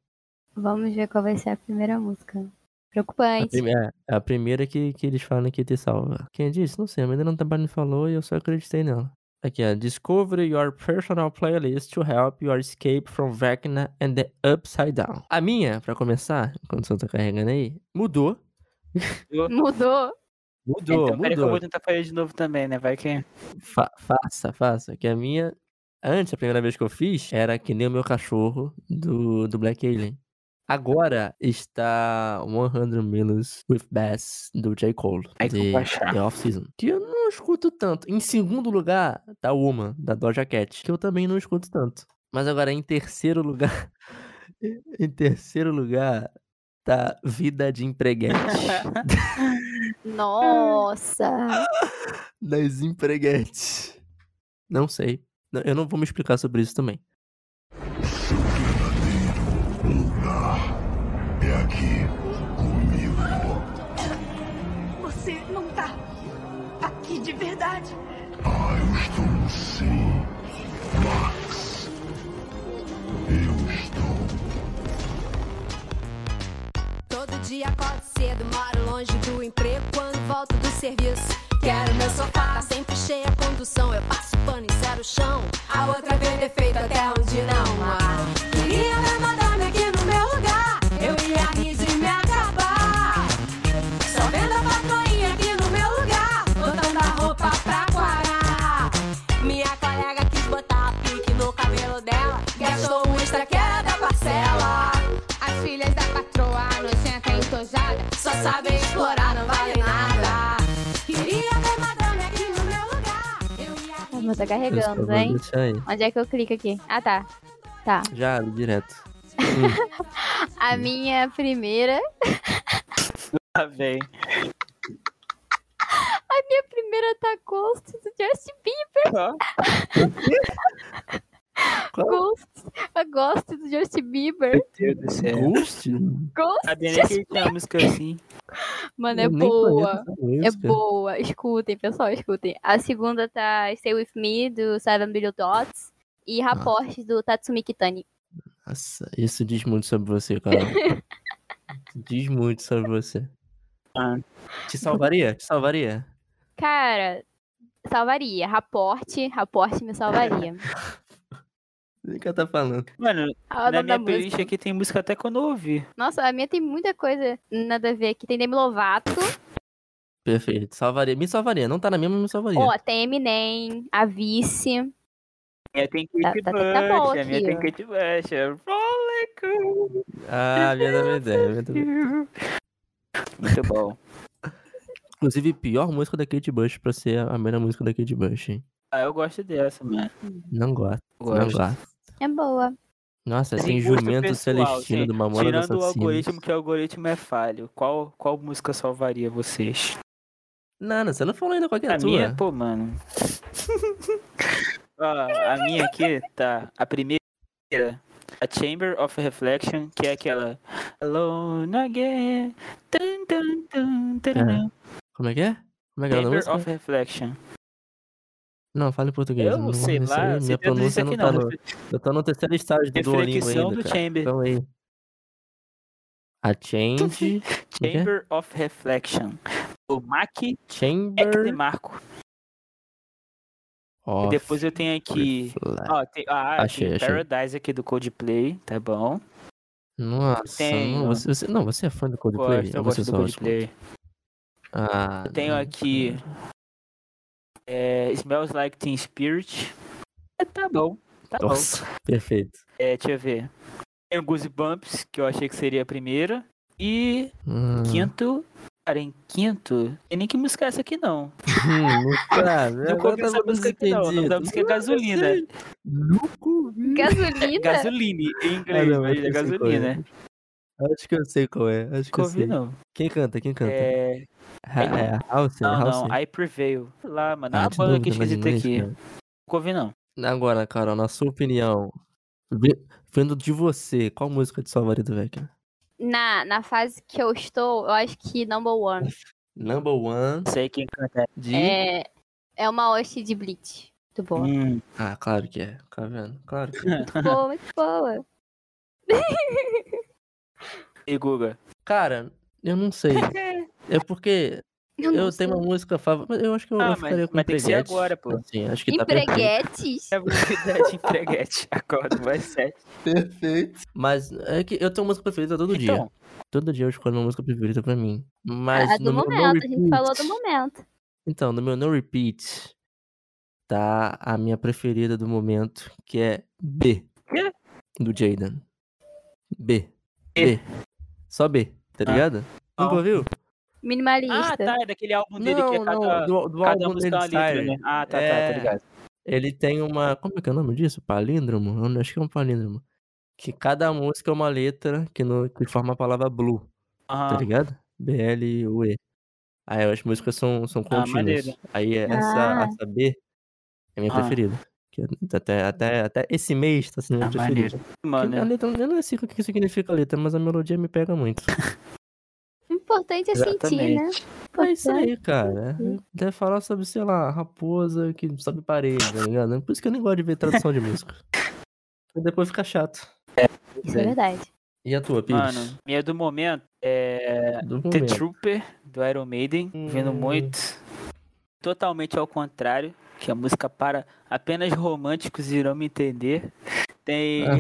Vamos ver qual vai ser a primeira música. É a, Preocupante. prime- é a primeira que, que eles falam que te salva. Quem disse? Não sei, a menina no trabalho me falou e eu só acreditei nela. Aqui, ó. Discover your personal playlist to help your escape from Vecna and the Upside Down. A minha, pra começar, enquanto você tá carregando aí, mudou. Mudou. Mudou, então, peraí que eu mudou. vou tentar fazer de novo também, né? Vai que. Fa- faça, faça. Que a minha. Antes, a primeira vez que eu fiz, era que nem o meu cachorro do, do Black Alien. Agora está 100 Minutes with Bass do J. Cole. Aí que eu de- vou achar. The Off Season. Que eu não escuto tanto. Em segundo lugar, tá uma, da Doja Cat. Que eu também não escuto tanto. Mas agora, em terceiro lugar. em terceiro lugar, tá Vida de Empreguete. Ah. Nossa. das empreguetes. Não sei. Não, Eu não vou me explicar sobre isso também. Você não tá aqui de verdade. Todo dia acordo cedo, moro longe do emprego quando volto do serviço. Quero meu sofá, tá sempre cheia a condução. Eu passo pano e zero o chão. A outra vê defeito até onde não há. Queria ver madame aqui no meu lugar. Eu ia rir de me acabar. Só vendo a patroinha aqui no meu lugar. Botando a roupa pra quarar. Minha colega quis botar a pique no cabelo dela. Gastou o extra que era da parcela. As filhas da patroa nojenta e entojada. Só sabem explorar, não vale nada. Queria ver madame aqui no meu lugar. Eu ia A música Eu só tá carregando, vou hein? deixar aí. Onde é que eu clico aqui? Ah, tá. Tá. Já, direto. A minha primeira. Ah, véi. A minha primeira tá Ghost do Justin Bieber. Claro. Ghost. A Ghost do Justin Bieber. Meu Deus do É. céu. Ghost? Ghost. Sabia nem que tinha uma música assim. Mano, é Eu nem boa. conheço É essa música. boa. Escutem, pessoal, escutem. A segunda tá Stay With Me, do Seven Billion Dots. E Ah. Raporte, do Tatsumi Kitani. Nossa, isso diz muito sobre você, cara. Isso diz muito sobre você. Ah. Te salvaria? Te salvaria? Cara, salvaria. Raporte, Raporte me salvaria. O que ela tá falando? Mano, Ah, o na nome da minha playlist música. aqui tem música até quando eu ouvi. Nossa, a minha tem muita coisa nada a ver aqui. Tem Demi Lovato. Perfeito. Salvaria. Me salvaria. Não tá na minha, mas me salvaria. Ó, tem Eminem, a Vice. A minha tem Kate Tá- tá- Bush, tá- tá bom a minha aqui, tem ó. Kate Bush. é Rolling Cool. Ah, minha da minha ideia. minha é. da minha- Muito bom. Inclusive, pior música da Kate Bush pra ser a melhor música da Kate Bush, hein? Ah, eu gosto dessa, mano. Não gosto. Eu Não gosto. gosto. É boa. Nossa, Tem sem gosto jumento pessoal, celestino sim. do Mamona dos Tirando o Assassinos. algoritmo, que o algoritmo é falho. Qual, qual música salvaria vocês? Nada, você não falou ainda qual que é a A tua. minha, pô, mano. Ó, a minha aqui tá. A primeira. A Chamber of Reflection, que é aquela. Alone again. Tum, tum, tum, tarará. Como é que é? Como é que é o nome Chamber da música? of Reflection. Não, fala em português. Eu não vou sei conhecer, lá, Minha certeza disso pronúncia não aqui tá não. no... Eu tô no terceiro estágio do Duolingo Reflexão ainda, do cara. Chamber. Então aí. A Change... Como é que é? Chamber of Reflection. O Mac é Chamber Ecdemarco. E of depois eu tenho aqui. Reflection. Ó, tem, ah, É. Achei, tem achei. Paradise aqui do Coldplay, tá bom. Nossa, Tenho. não, você, você- não, você é fã do Coldplay? Gosto, eu Ou você gosto só do é ótimo? Coldplay. Ah, Eu tenho não. aqui. É, Smells Like Teen Spirit. É, tá bom. Tá bom. Nossa, perfeito. É, deixa eu ver. Tem o Goosebumps, que eu achei que seria a primeira. E Hum, quinto. Cara, em quinto. Tem nem que música é essa aqui, não. hum, não sabe, Não agora coube essa eu tô música aqui, não. O nome da desentendido. música é Não, Gasolina. eu sei. Não coube. Gasolina? Gasoline, em Ah, inglês, não, acho mas é que eu sei qual é. gasolina. Acho que eu sei qual é. Acho que Nunca eu ouvi, sei. não. Quem canta? Quem canta? É, Ha- é Halsey? não, Halsey? não. I Prevail. Lá, mano. Ah, Ah, a de banda novo, que tá mais esquisita inglês, aqui. cara. Nunca ouvi, não. Agora, Carol, na sua opinião, vi- vendo de você, qual música de Salvador do Vecchio? Na, na fase que eu estou, eu acho que number one. Number One Não sei quem canta. de... É, é uma host de Bleach. Muito boa. Hum. Ah, claro que é. Tá vendo? Claro que é. Muito boa, muito boa. E Guga. Cara, eu não sei. É porque Eu eu, não sei. tenho uma música favorita. mas Eu acho que eu, Ah, eu mas- ficaria com mas tem que ser Empreguete. agora, pô. Assim, acho que tá perfeito. Empreguetes? É a velocidade de empreguete. Acordo mais sete. Perfeito. Mas é que eu tenho música preferida todo dia. Então, Todo dia eu escolho uma música preferida pra mim. Mas A do no meu no momento, a gente repeat- falou do momento. Então, no meu no repeat tá a minha preferida do momento, que é B. Quê? Do Jaden. B. Quê? B. Só B, tá Ah. ligado? Não. Nunca ouviu? ah, Minimalista. tá. É daquele álbum dele que é cada, do, do cada álbum música é uma dele, letra, Siren. né? Ah, tá, tá, É. tá ligado. Ele tem uma. Como é que é o nome disso? Palíndromo? Eu não- acho que é um palíndromo. Que cada música é uma letra que, no, que forma a palavra blue, Aham. tá ligado? B-L-U-E. Aí as músicas são, são Ah, maneiro. contínuas. Aí é essa, Ah. essa B é minha Ah. preferida. Que eu- até, até, até esse mês tá sendo minha Ah, preferida. Que Mano, A letra, eu não sei o que significa a letra, mas a melodia me pega muito. O importante é sentir, né? É isso Importante. aí, cara. Deve falar sobre, sei lá, raposa que sobe parede, tá ligado? Por isso que eu nem gosto de ver tradução de música. Porque Depois fica chato. Isso é verdade. E a tua, Pires? mano, minha do momento é Do The momento. Trooper, do Iron Maiden. Vendo Um Hum. muito. Totalmente ao contrário, que é música para apenas românticos irão me entender. Tem Ah,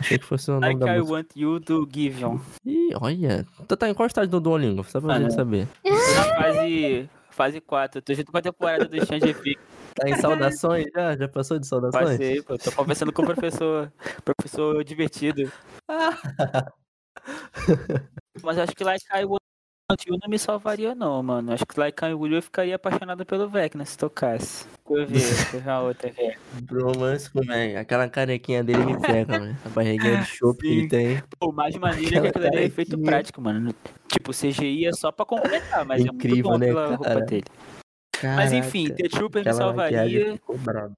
Achei que fosse o nome Like da I música. Want You do Givion. Ih, olha. Tu tá em qual estágio do Duolingo? Só pra Ah, gente não. saber. Tô na fase, fase 4. Tô junto com a temporada do Xande Fic. Tá em saudações já? Já passou de saudações? Passei, pô. Tô conversando com o professor. Professor divertido. Mas acho que Like I Want You não me salvaria, não, mano. Acho que Like I Want You eu ficaria apaixonado pelo Vecna se tocasse. Deixa eu ver, deixa eu ver uma outra aqui. Bromance com velho. Aquela canequinha dele me pega, mano. A barriguinha de chope que ele Ah, Sim. tem. O mais maneiro é que Aquela aquilo ali é efeito carequinha. prático, mano. Tipo, CGI é só pra completar, mas é muito Incrível, bom né, pela roupa cara? dele. Mas enfim, Caraca, The Trooper me aquela maquiagem salvaria. ficou braba.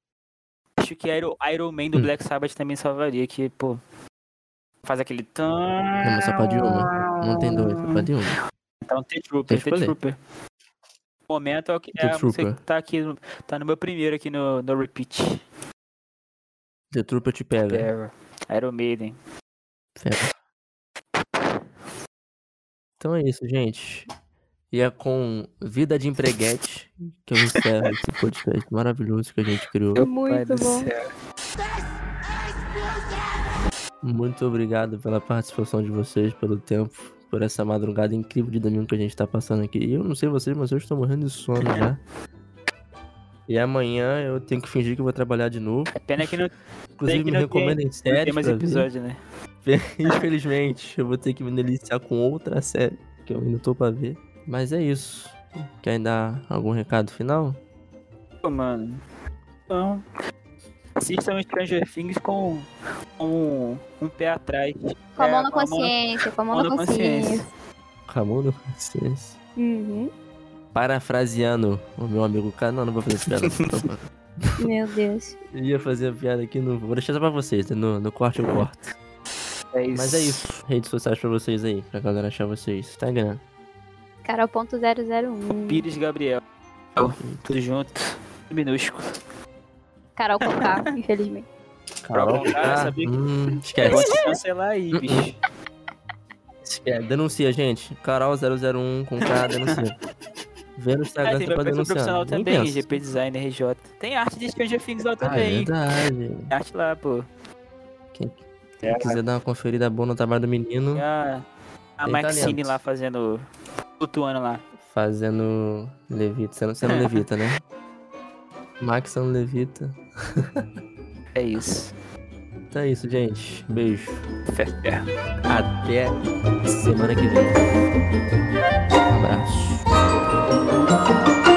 Acho que Iron, Iron Man do Hum. Black Sabbath também salvaria, que, pô. Faz aquele tan. Não, mas só pode uma. Não tem dois, só pode um. uma. Então, The Tem Trooper, que The escolher. Trooper. O momento é o que The é, a música Trooper. que tá aqui, no- tá no meu primeiro aqui no, no repeat. The Trooper te né? pega. É, Iron Maiden. Certo. Então é isso, gente. E é com Vida de Empreguete que eu encerro esse podcast maravilhoso que a gente criou. Pai Muito do bom. céu. Muito obrigado pela participação de vocês, pelo tempo, por essa madrugada incrível de domingo que a gente tá passando aqui. E eu não sei vocês, mas eu estou morrendo de sono já. E amanhã eu tenho que fingir que eu vou trabalhar de novo. Pena é que não Inclusive, que me não tem- recomendem tem séries. mais pra ver. episódio, né? Infelizmente, eu vou ter que me deliciar com outra série que eu ainda tô pra ver. Mas é isso. Quer dar algum recado final? Pô, mano. Então, assistam Stranger Things com um, um pé atrás. Com a mão É, na com a mão- consciência, com a mão mão na na consciência. consciência. Ramon do Francês. Uhum. Parafraseando o meu amigo cara. Não, não vou fazer essa piada. não, por favor. Meu Deus. Eu ia fazer a piada aqui, não vou. Vou deixar só pra vocês, tá? no, no corte eu corto. É isso. Mas é isso. Redes sociais pra vocês aí, pra galera achar vocês. Instagram. Carol.001. Tipo, Pires Gabriel. Tá Tudo junto. Tudo minúsculo. Carol Conká, infelizmente. Carol, cara, K. sabia que- Hum, Pode esquece. cancelar Hum, aí, bicho. esquece. Denuncia, gente. Carol001 com K, denuncia. Vê no Ah, Instagram tem você meu pode perfil profissional denunciar. Nem também, pensa. GP Designer RJ. Tem arte de Stranger Things lá Ah, é também. verdade. Tem arte lá, pô. Quem- Quem quiser dar uma conferida boa no trabalho do menino, Tem a, a Tem Maxine talento. lá fazendo. flutuando lá. fazendo levita, sendo, sendo levita, né? Max sendo levita. É isso. Então é isso, gente. Beijo. Fé, fé. Até semana que vem. Um abraço.